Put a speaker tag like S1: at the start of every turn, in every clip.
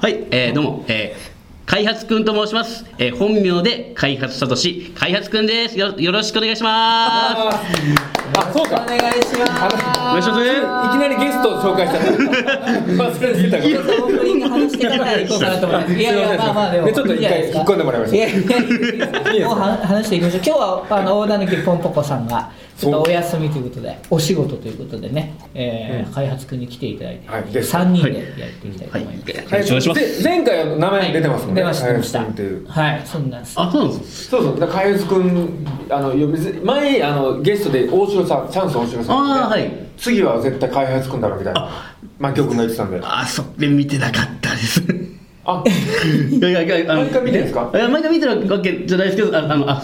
S1: はい、えー、どうも、えー、開発くんと申します。えー、本名で開発さとし、開発くんです。よよろしくお願いしま
S2: あ、そうか。
S3: お願いします。
S1: 願いします
S2: いきなりゲストを紹介しちゃった。忘れてたけど。
S3: オープニング話してから行こうかなと思って。いやいや、まあまあでも。
S2: ちょっと一回引っ込んでもらいました
S3: いやいやいやもうは話していきましょう。今日はあの大田抜きポンポコさんがちょっとお休みということで、お仕事ということでね、えー開発君に来ていただい
S2: はい
S3: て、
S2: で
S3: 三人でやっていきたい
S1: す。
S3: と
S1: はい、
S3: 思います。
S1: よろしくお願いします。
S2: で前回は名前出てますもんね。
S3: 出ました出ました
S2: 林くんっていう。
S3: はい、そうなんです。
S1: あ、そうなんです。
S2: そうそう。だから海津くんあの呼びず前あのゲストで大城さんチャンス大城さんで。
S1: あーはい
S2: 次は絶対開発くんだろうみたいな。まあ曲が言ってたんで。
S1: あ、それ見てなかったです。
S2: あ、
S1: いやいやいや、あの
S2: 毎回見てるんですか
S1: いや毎回見てるわけじゃないですけど、ああの、あ、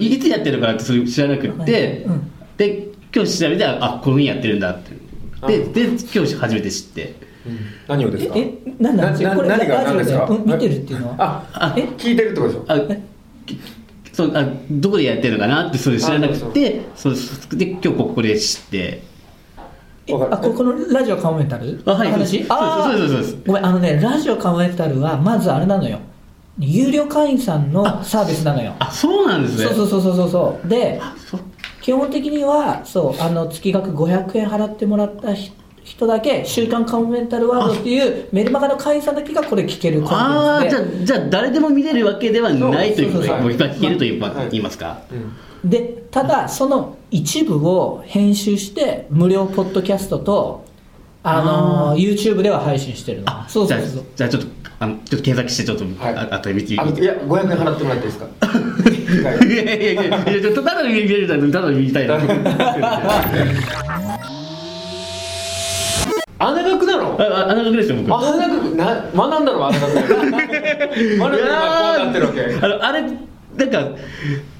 S1: いいつやってるのかなってそれ知らなくって、
S3: うん
S1: で、今日調べて、あ、この日やってるんだって。で、で、今日初めて知って。
S2: 何をですか。
S3: え、なんなんです
S2: なな
S3: かこれ
S2: 何が何ですか
S3: ラジオうん見てるっていうのは。
S2: あ、
S3: え
S2: 聞いてるってことでしょ。
S1: あきそうあどこでやってるのかなってそれ知らな
S2: あそ
S1: く
S2: う
S1: てそうそうで今日ここで知って
S3: え
S2: わかる
S3: あここのラジオカモメンタル
S1: あはい
S3: の話あ
S1: そうで
S3: ー
S1: すそうですそうです
S3: ごめんあのねラジオカモメンタルはまずあれなのよ有料会員さんのサービスなのよ
S1: あそうなんですね
S3: そうそうそうそうそうそうで
S1: そう
S3: 基本的にはそうあの月額500円払ってもらったひ人だけ「週刊カモメンタルワード」っていうメルマガの会員さんだけがこれ聞けるコ
S1: あ
S3: ン
S1: あ
S3: テン
S1: じゃあ
S3: ツで
S1: じゃあ誰でも見れるわけではないということで
S3: そう
S1: も
S3: そうう
S1: 一回聞けるという
S2: まはい
S1: 言いますか
S2: うん
S3: でただその一部を編集して無料ポッドキャストとあの YouTube では配信してるの
S1: あ
S3: そうそうそう
S1: じ
S3: そ
S1: ゃあ
S3: う
S1: じゃあちょっとあのちょっと検索してちょっと、
S2: はい。
S1: ああと見て
S2: あ
S1: 見
S2: の
S1: て
S2: いや500円払ってもらっていいで すか。
S1: いやいやいやいやいやちょっとただ見れるただ見たいな
S2: 穴学なの。
S1: あああの曲ですよ僕
S2: あ穴学な学んだろ穴学。 学んで今こうなってるわけ。
S1: あのあれなんか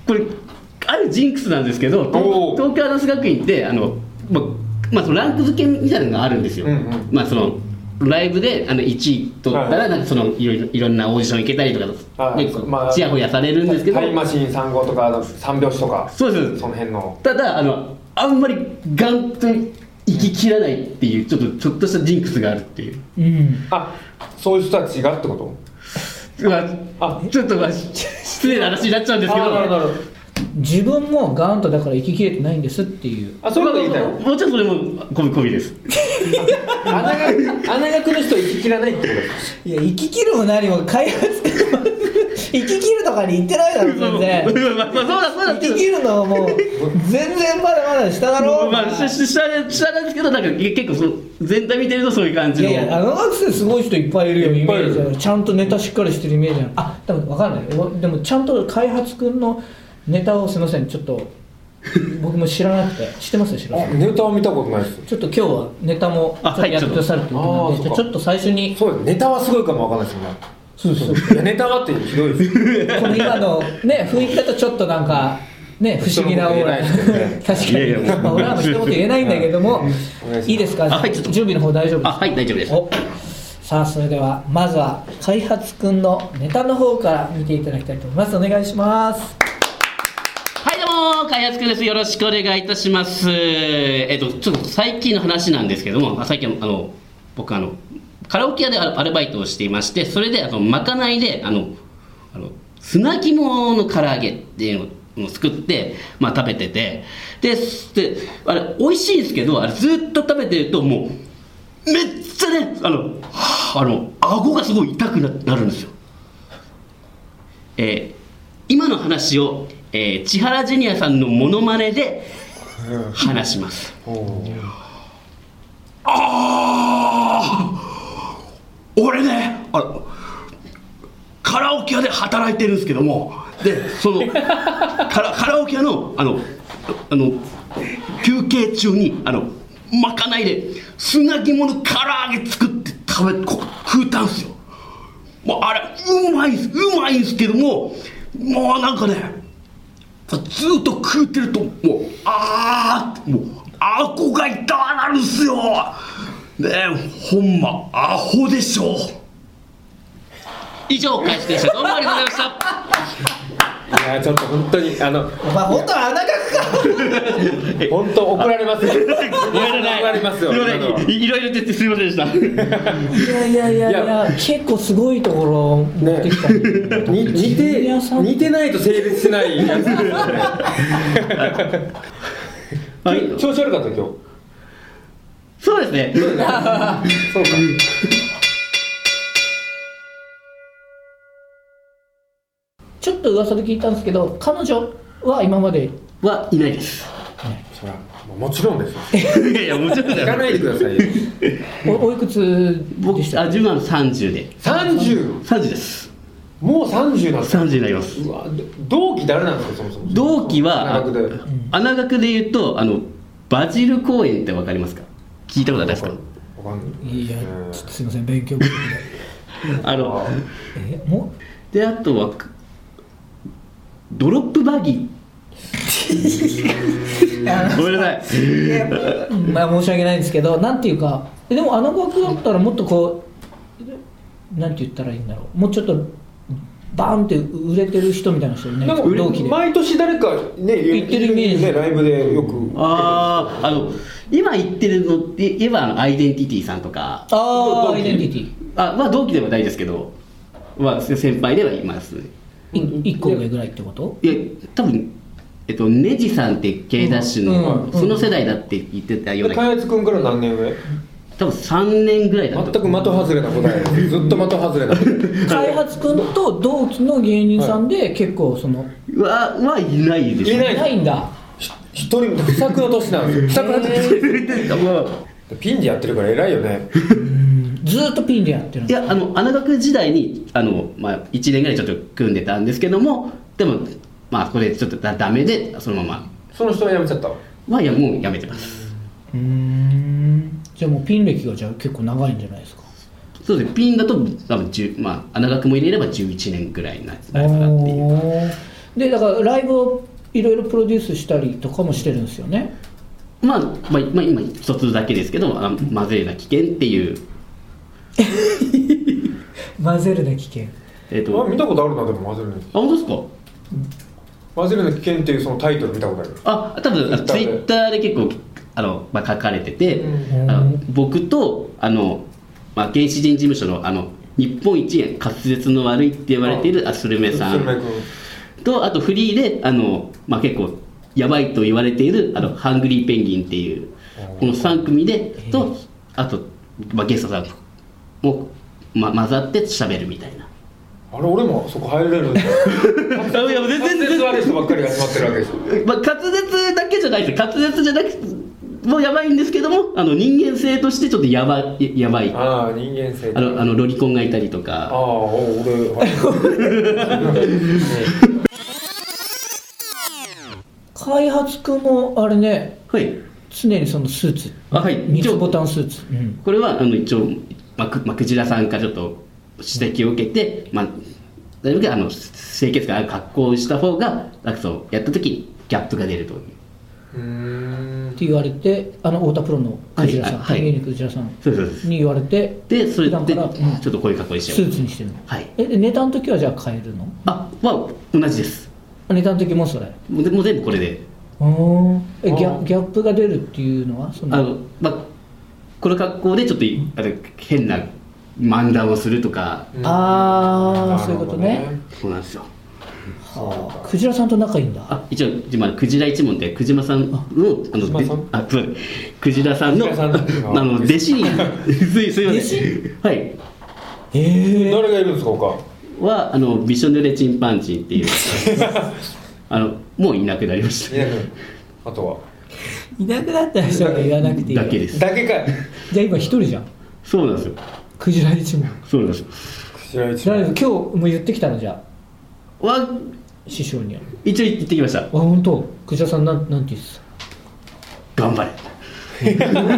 S1: これあるジンクスなんですけど
S2: おー
S1: 東東京アナウンス学院ってあの、ままあ、そのランク付けみたいなのがあるんですよ、
S2: うんうん
S1: まあ、そのライブであの1位取った
S2: は
S1: ら
S2: い
S1: なんかそのいろいろいろんなオーディション行けたりとか、
S2: はい
S1: でこう
S2: まあ
S1: ちやほやされるんですけど
S2: タイムマシーン3号とかあの三拍子とか
S1: そうです
S2: その辺の
S1: ただあのあんまりガンと行ききらないっていうちょっとちょっとしたジンクスがあるっていう
S3: うん
S2: あそういう人たちがってこと
S1: まあ
S2: あ
S1: ちょっと、まあ、し失礼な話になっちゃうんですけど
S2: ほど
S3: 自分もガーンとだから生ききれてないんですっていう
S2: あそういうこと言いたい
S1: まあまあもうちょっとそれも込み込みです
S2: 穴が穴が来る人生ききらないってことです
S3: いや生ききるも何も開発 生ききるとかに行ってないだろ全然
S1: まあまあそうだそうだ
S3: 生ききるのはもう全然まだまだ下だろ
S1: まあ
S3: お
S1: 下
S3: 前
S1: 下で下なんですけどなんか結構その全体見てるとそういう感じ
S3: い
S1: の
S3: やいやあの学生すごい人いっぱいいるよ
S2: い
S3: イ
S2: っ
S3: メ
S2: ぱいいる
S3: ージあるちゃんとネタしっかりしてるイメージあるあでも分かんないおでもちゃんと開発君のネタをすいませんちょっと僕も知らなくて知ってます知ら
S2: あ
S3: ない
S2: ネタを見たことないです
S3: ちょっと今日はネタもちょっとやってくださるということなんで、
S2: あはいちょっと
S3: じゃあちょっと最初に
S2: そうですネタはすごいかもわかんないですよね
S3: そうそう
S2: いやネタはってひどいですよ
S3: この今のね雰囲気だとちょっとなんかね不思議なオーラ
S2: 人のこと言えない
S3: 確かに
S1: いやいやもう
S3: まあ俺らも人のこと言えないんだけども
S2: はいお願いします
S3: いいですか
S1: あはいちょっと
S3: 準備の方大丈夫ですか
S1: あはい大丈夫です
S3: おさあそれではまずは開発くんのネタの方から見ていただきたいと思いますお願いします
S1: はいどうも開発くんですよろしくお願いいたしますえっとちょっと最近の話なんですけどもあ最近あの僕あのカラオケ屋でアルアルバイトをしていましてそれであのまかないであのあの砂肝の唐揚げっていうのを作って、まあ、食べててでであれ美味しいんですけどあれずっと食べてるともうめっちゃねあのはああの顎がすごい痛くななるんですよえー今の話を、えー千原ジュニアさんのモノマネで話しますああ俺ねあのカラオケ屋で働いてるんですけどもでそのカラカラオケ屋のあのあの休憩中にあのまかないで砂肝の唐揚げ作って食べこ食うたんすよもうあれうまいんすうまいんすけどももうなんかねずっと食うてるともうあーってもう顎が痛くなるんすよねえほんまアホでしょ以上開始でしたどうもありがとうございました
S2: いやちょっと本当にあの
S3: お前本当は穴書くか
S2: 本当怒られますよ
S1: ごめんな
S2: 怒
S1: さ
S2: ら
S1: い。
S2: れますよ
S1: ごめんなさいいいろいろ言ってすみませんでし た。
S3: いやいやいやいや結構すごいところ持ってきたんだけど
S2: に似
S3: ジュニ
S2: て
S3: アさん
S2: 似てないと成立しないやつですね
S1: はい
S2: き調子悪かった今日
S1: そうですね。
S2: そうか
S3: ちょっと噂で聞いたんですけど彼女は今まで
S1: はいないです。
S2: そらもうもちろんですよ
S1: いやいやもちろん
S2: 行かな
S1: だよ。
S2: いでくださいよ
S3: おおいくつ
S1: 僕
S3: でした
S1: あ自分は三十で
S2: 30
S1: 三十です。
S2: もう30なんです
S1: 三十になります。
S2: うわど同期誰なんですかそもそも
S1: 同期は
S2: 長くで
S1: あ穴学で言うとあのバジル公園ってわかりますか？聞いたことありますか？
S2: わかんない
S3: いや
S2: うん
S3: ちょっとすいません勉強不足で
S1: あの
S3: えも
S1: であとはドロップバギ
S3: うあ
S1: ー。ごめんなさい。
S3: まあ申し訳ないんですけどなんていうかでもあの楽だったらもっとこうなんて言ったらいいんだろうもうちょっとバーンって売れてる人みたいな人いな
S2: な
S3: いで
S2: ん
S3: す
S2: か
S3: か同期で
S2: 毎年誰かね
S3: 言ってるイメージ
S2: ねライブでよく
S1: あああの今言ってるのって言えばあのアイデンティティさんとか
S3: ああ
S2: 同
S3: ア
S2: 期
S3: イデンティティ
S1: あまあ同期ではないですけど、まあ、先輩ではいますね
S3: 1個上ぐらいってこと
S1: いや多分えっとネジさんって K ダッシュ
S3: うんう
S1: の
S3: ん
S1: その世代だって言ってたよう
S2: で
S1: な
S2: 開発君から何年上
S1: 多分3年ぐらいだ
S2: 全
S1: った
S2: く的外れな答えずっと的外れな答え
S3: 開発君と同期の芸人さんで結構その
S1: ははいないでしょ
S2: いない
S3: いないんだ
S2: ひ一人も不作の年なんですよ不作の年ピンでやってるから偉いよね
S3: ずーっとピンでやってるん
S1: い
S3: だ
S1: やあの穴学時代にあの、まあ、1年ぐらいちょっと組んでたんですけどもでもまあこれちょっとだダメでそのま
S2: その人は辞めちゃったわ
S1: まはいやもうやめてます
S3: うーんじゃあもうピン歴がじゃあ結構長いんじゃないですか
S1: そうですねピンだと多分10まあ穴学も入れれば11年ぐらいになるかなっていう
S3: おーでだからライブをいろいろプロデュースしたりとかもしてるんですよね
S1: まあ、まあ、まあ今一つだけですけどあまずいな危険っていう
S3: 混ぜるな危険
S1: えっ、
S2: あ
S1: と
S2: 見たことあるなでも忘れない
S1: あ本当ですか
S2: 忘れない危険っていうそのタイトル見たことある
S1: あ多分ツイ
S2: Twitter で
S1: ッターで結構あの、まあ、書かれてて、
S2: うん
S1: あの僕とあの、まあ、原始人事務所のあの日本一円滑舌の悪いって言われているあスルメさ
S2: 鶴瓶
S1: ん
S2: 君
S1: とあとフリーであの、まあ、結構やばいと言われているあのハングリーペンギンっていうこの3組でとあと、まあ、ゲストさんも、ま、混ざって喋るみたいな。
S2: あれ俺もそこ入れ るんだよ
S1: あいや全然
S2: 全然悪い人ばっかりが集まってるわけですよ
S1: まあ、滑舌だけじゃないです滑舌じゃなくもうやばいんですけどもあの人間性としてちょっとやばいやばいあ
S2: ああ人間性
S1: のあのロリコンがいたりと
S2: ああ
S1: か
S2: お俺はい
S3: 開発君もあれね
S1: はい
S3: 常にそのスーツ
S1: あはい
S3: 三
S1: 一
S3: つボ
S1: 応
S3: タンスーツ、うん
S1: これはあの一応、まあくまあ、クジラさんからちょっと指摘を受けて、まあ、なるべくあの清潔感ある格好をした方がなんかそうやった時にギャップが出るという
S2: うーん
S3: って言われてあの太田プロのクジラさん、
S1: はいはい
S3: ピン芸人クジラさん
S1: そうですそうです
S3: に言われて
S1: でそれ
S3: 普段
S1: でち
S3: からうん
S1: ょっとこういう格好にし
S3: ス
S1: よう
S3: ーツにしてるの
S1: はい
S3: えでネタの時はじゃあ変えるの
S1: あは同じです
S3: ネタの時もそれ
S1: もうでもう全部これで
S3: おえギ
S2: あ
S3: ャ
S2: ー
S3: ギャップが出るっていうのはそ
S1: あ
S3: の
S1: の、まあ、この格好でちょっといあの変な漫談をするとか、
S2: うん
S3: あ
S2: な
S3: あ
S2: る
S3: そういう
S2: ほ
S3: こと
S2: ど
S3: ね
S1: そうなんですよ。
S2: そうか
S3: クジラさんと仲いいんだ
S1: あ、一応、まあ、クジラ一門って、クジマさんの、あの、
S2: クジマ
S1: で
S2: さん
S1: あ、そう、クジラさんの、
S2: クジラさんの
S1: あの、弟子に、すい、すいません。はい、
S3: え
S2: 誰がいるんですか他
S1: は、あの、びしょ濡れチンパンチンって いう。あの、もういなくなりまし
S2: いなくなるあとはい
S3: なくなった人は言わなくてい
S1: た。
S3: いよ
S1: だけです。
S2: だけかい
S3: じゃあ今一人じゃん
S1: そうなんですよ。
S3: クジラ一門
S1: そうなんですよ。
S2: クジラ一
S3: 大丈夫
S2: 番
S3: 今日もう言ってきたのじゃあ
S1: は、
S3: 師匠には
S1: 一応行ってきました
S3: あ。本当クジラさんなんなんて言って
S1: 頑張れ。
S3: たの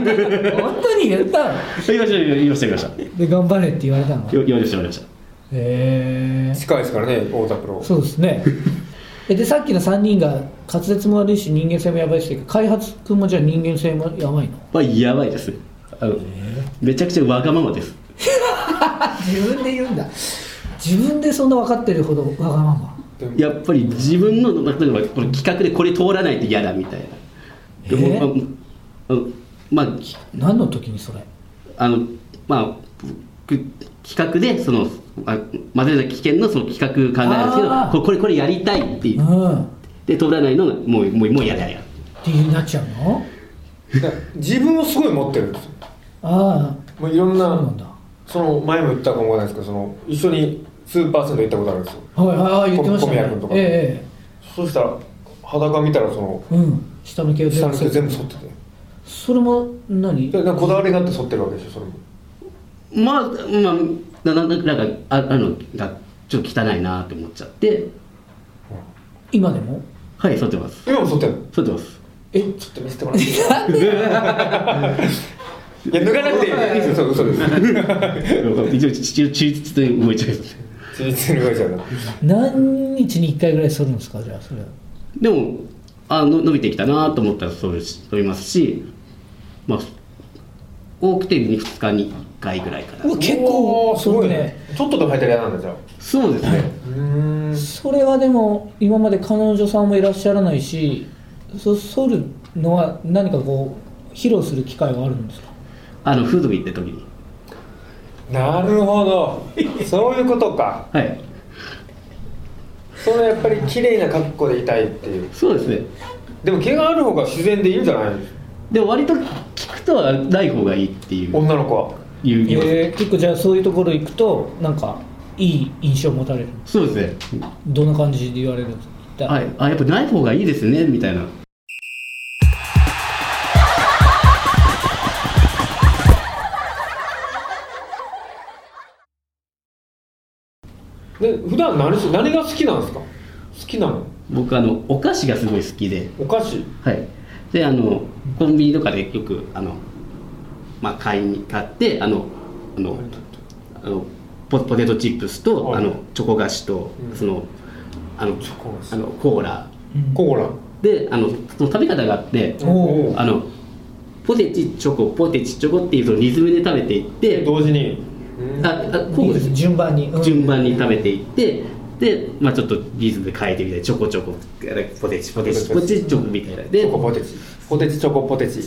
S3: 本当に言ったの
S1: 言いました、言いました、言いました。よ
S3: で頑張れって言われたのへ
S1: 言われました、言われました。
S3: え
S2: 近いですからね太田プロ
S3: そうですねえでさっきの3人が滑舌も悪いし人間性もやばいし開発君もじゃあ人間性もやばいの
S1: まあ、やばいですあの、めちゃくちゃわがままです
S3: 自分で言うんだ自分でそんな分かってるほどわがまま
S1: やっぱり自分の例えばこの企画でこれ通らないと嫌だみたいな
S3: え
S1: でもあのまあき
S3: 何の時にそれ
S1: あのまあく企画でそのあ松枝危険のその企画考えるんですけ
S3: あー
S1: どこれこれこれやりたいって
S3: う
S1: 言って
S3: んっ
S1: で通らないのがもうもうもう嫌だよ
S3: ていうなっちゃうの
S2: だから自分をすごい持ってるんですよ
S3: ああ
S2: もういろん
S3: そ
S2: な
S3: うなんだ
S2: その前も言ったかもわかんないですけどその一緒にスーパーセント行ったことあるんですよ
S3: はいはいはい言ってました
S2: 小宮
S3: ね
S2: 君とか
S3: ええ
S2: そしたら裸見たらその
S3: ええうん下の毛を
S2: 下の毛全部
S3: そ
S2: 剃ってて
S3: れも何
S2: でなんかこだわりがあって剃ってるわけでしょそれも
S1: まあまあなななんかああのがちょっと汚いなって思っちゃって
S3: 今でも
S1: はい剃ってます
S2: 今も剃ってんの
S1: 剃ってます
S2: えちょっと見 せてもらっていいですかいや脱がなくていいですよそう嘘 です
S1: 一応中中立と動いちゃいます
S2: 事実に動いちゃうから
S3: 何日に1回ぐらいするんですかじゃあそれ
S1: でもあの伸びてきたなと思ったらそうし伸びますし、まあ、多くて2日に1回ぐらいか
S3: う
S1: な
S3: わ結
S2: お
S3: 構
S2: ーすごい
S3: それ
S2: ねちょっとでも入ったら嫌なんだじゃあ
S1: そうですね
S2: うーん
S3: それはでも今まで彼女さんもいらっしゃらないしそ剃るのは何かこう披露する機会はあるんですか
S1: あの風俗行った時に
S2: なるほどそういうことか
S1: はい
S2: そのやっぱり綺麗な格好でいたいっていう
S1: そうですね
S2: でも毛がある方が自然でいいんじゃない
S1: でも割と聞くとはない方がいいっていう
S2: 女の子は
S1: いう要素
S3: えー結構じゃあそういうところ行くとなんかいい印象を持たれる
S1: そうですね
S3: どんな感じで言われるんですか
S1: はいあやっぱない方がいいですねみたいな
S2: で普段何し何が好きなんですか好きなの
S1: 僕あのお菓子がすごい好きで
S2: お菓子
S1: はい、であのコンビニとかでよくあの、まあ、買いに買ってあのあのあのポポテトチップスと、
S2: はい
S1: あのチョコ菓子と、
S2: うん
S1: そのあの
S2: チョコ菓子
S1: あのコーラ
S3: うん
S2: コーラ
S1: であのその食べ方があって
S3: おお
S1: あのポテチチョコポテチチョコっていうそのリズムで食べていって
S2: 同時にうん
S1: ああこ
S3: いう
S1: で
S3: いです
S1: す
S3: ね順番に、うん
S1: 順番に食べていってで、まあ、ちょっとリズム変えてみたいなチョコチョコポテチポテチポテチチョコみたいな
S2: チ
S1: で
S2: ョコポテチポテチチョコポテチ
S1: で
S2: ち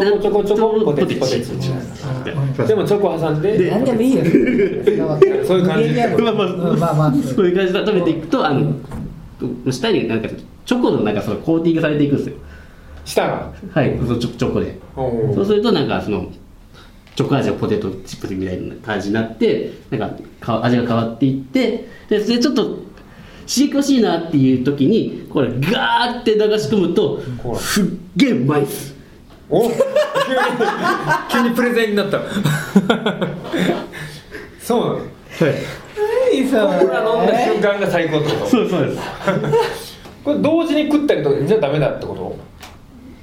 S2: ょこちょこちょこポテチポテチでもチョコ挟んで
S1: で
S3: 何でもいいよ
S2: そういう感じ
S3: 無限にある
S1: まあまあ
S3: うんまあまあ
S1: そういう感じで食べていくとあの下になんかチョコのなんかそのコーティングされていくんですよ
S2: 舌が
S1: はいそのチョチョコで
S2: おう
S1: そうするとなんかそのチョコ味がポテトチップスみたいな感じになってなんかか味が変わっていってでそれちょっと刺激欲しいなっていう時にこれガーって流し込むと
S2: こう
S1: すっげえうまいです
S2: お 急に急にプレゼンになった そうなの
S3: 何そ
S2: コ
S3: れ
S2: ーラ飲んだ瞬間が最高ってこと
S1: うそうです
S2: これ同時に食ったりとかじゃダメだってこ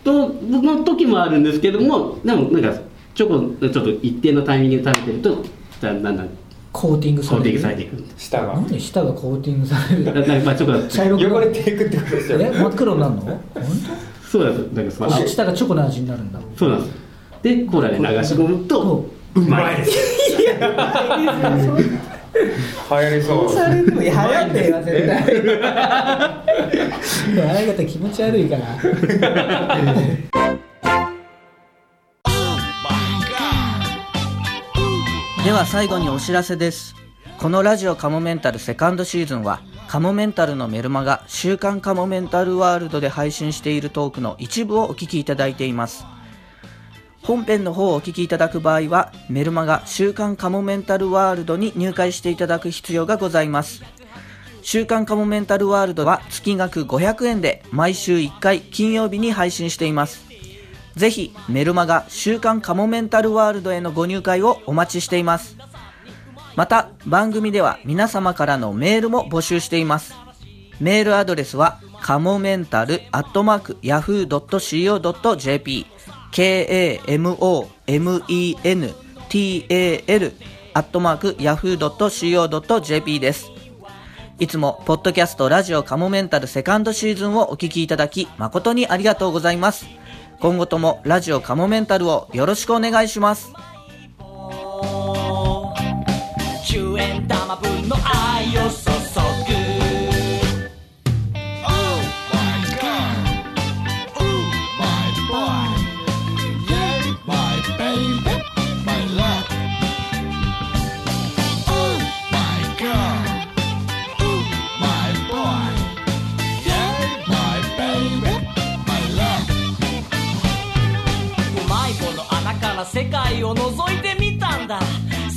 S2: と
S1: との時もあるんですけどもでもなんかチョコちょっと一定のタイミングで食べてるとだんだんだん
S3: コーティング
S1: コ
S3: さ
S1: ーティ
S3: れ
S1: ングされ
S3: る
S1: ていくんで
S2: 舌が
S3: 何舌がコーティングされ
S1: だ
S3: る
S1: からまあチョコだ
S3: 茶色く
S2: 汚れていくってことですよ
S3: え
S2: ね
S3: 真っ黒になるの本
S1: そうなんですなんかそ
S3: 当
S1: のあ
S3: 舌がチョコの味になるんだ
S1: そうなんですでコーラで流し込むとうま いです
S2: 流行りそう
S3: れでも流行ってよ絶対 あなた気持ち悪いから
S4: では最後にお知らせですこのラジオカモメンタルセカンドシーズンはカモメンタルのメルマガ週刊カモメンタルワールドで配信しているトークの一部をお聞きいただいています本編の方をお聞きいただく場合はメルマガ週刊カモメンタルワールドに入会していただく必要がございます週刊カモメンタルワールドは月額500円で毎週1回金曜日に配信していますぜひメルマガ週刊カモメンタルワールドへのご入会をお待ちしていますまた番組では皆様からのメールも募集していますメールアドレスはカモメンタルアットマークヤフー .co.jp k-a-m-o-m-e-n-t-a-l アットマークヤフー .co.jp ですいつも、ポッドキャストラジオカモメンタルセカンドシーズンをお聞きいただき、誠にありがとうございます。今後ともラジオカモメンタルをよろしくお願いします。
S5: 10円玉分の愛を注ぐから世界を覗いてみたんだ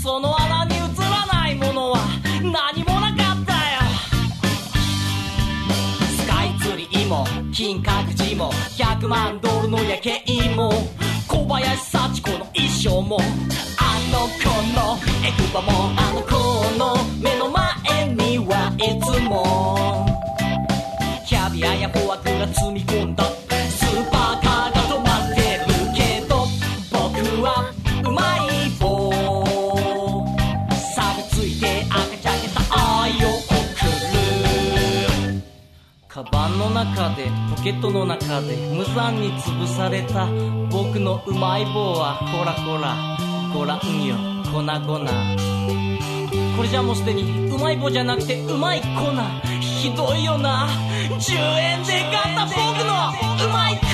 S5: その穴に映らないものは何もなかったよスカイツリーも金閣寺も100万ドルの夜景も小林幸子の衣装もあの子のエクバもあの子の目の前にはいつもキャビアやフォアグラ積み込んだスーパーカーが止まってるけど僕はうまい棒錆びついて赤ちゃけた愛を送るカバンの中でポケットの中で無残に潰された僕のうまい棒はこらこらご覧よ粉々これじゃもうすでにうまい棒じゃなくてうまい粉ひどいよな10円で買った僕のうまい粉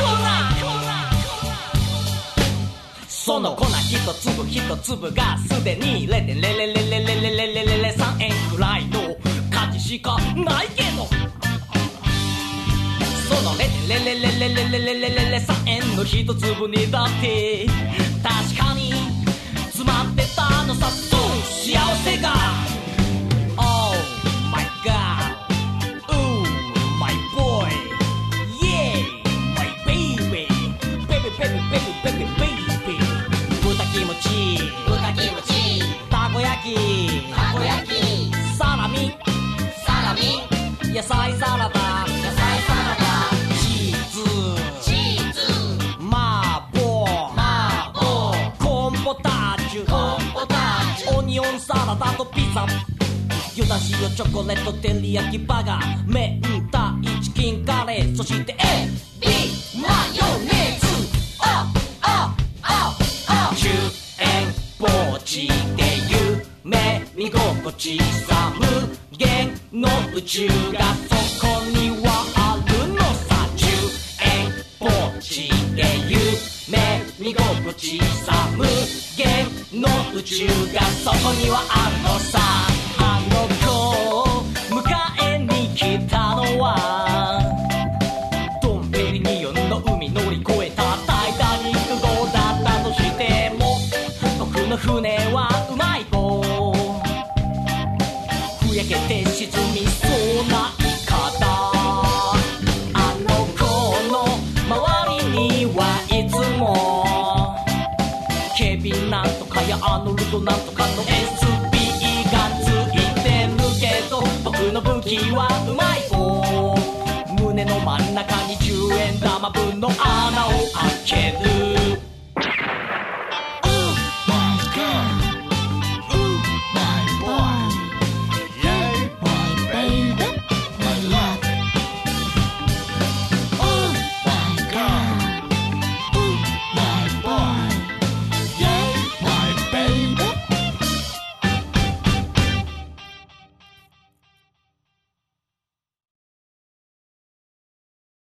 S5: その粉一粒一粒がすでに0.0000003円くらいの価値しかないけどそのレレレレレレレレレレレ3円の一粒にだって確かに詰まってたのさそう幸せが Oh my god Ooh my boy Yeah my baby Baby baby baby baby baby 豚キムチ
S6: 豚キムチ
S5: たこ焼き
S6: たこ焼き
S5: サラミ
S6: サラミ
S5: 野菜サラダ
S6: 野菜サラダ
S5: チーズ
S6: チーズ
S5: 麻婆
S6: 麻婆
S5: コーンポタージュ
S6: コーンポタージュ
S5: オニオンサラダとピザ湯だしよチョコレート照り焼きバーガー明太チキンカレーそしてエ
S6: ビマヨネーズああああ
S5: 10円ポーチで夢見心地さ無限の宇宙がそこにはあるのさ10円ポーチで夢見心地さ無限の宇宙がそこにはあるのさあの子を迎えに来たのはドンペリニオンの海乗り越えたタイタニック号だったとしても僕の船はうまい棒ふやけて沈みそうなイカだあの子の周りにはいつも警備なんとかやアーノルドなんとかの S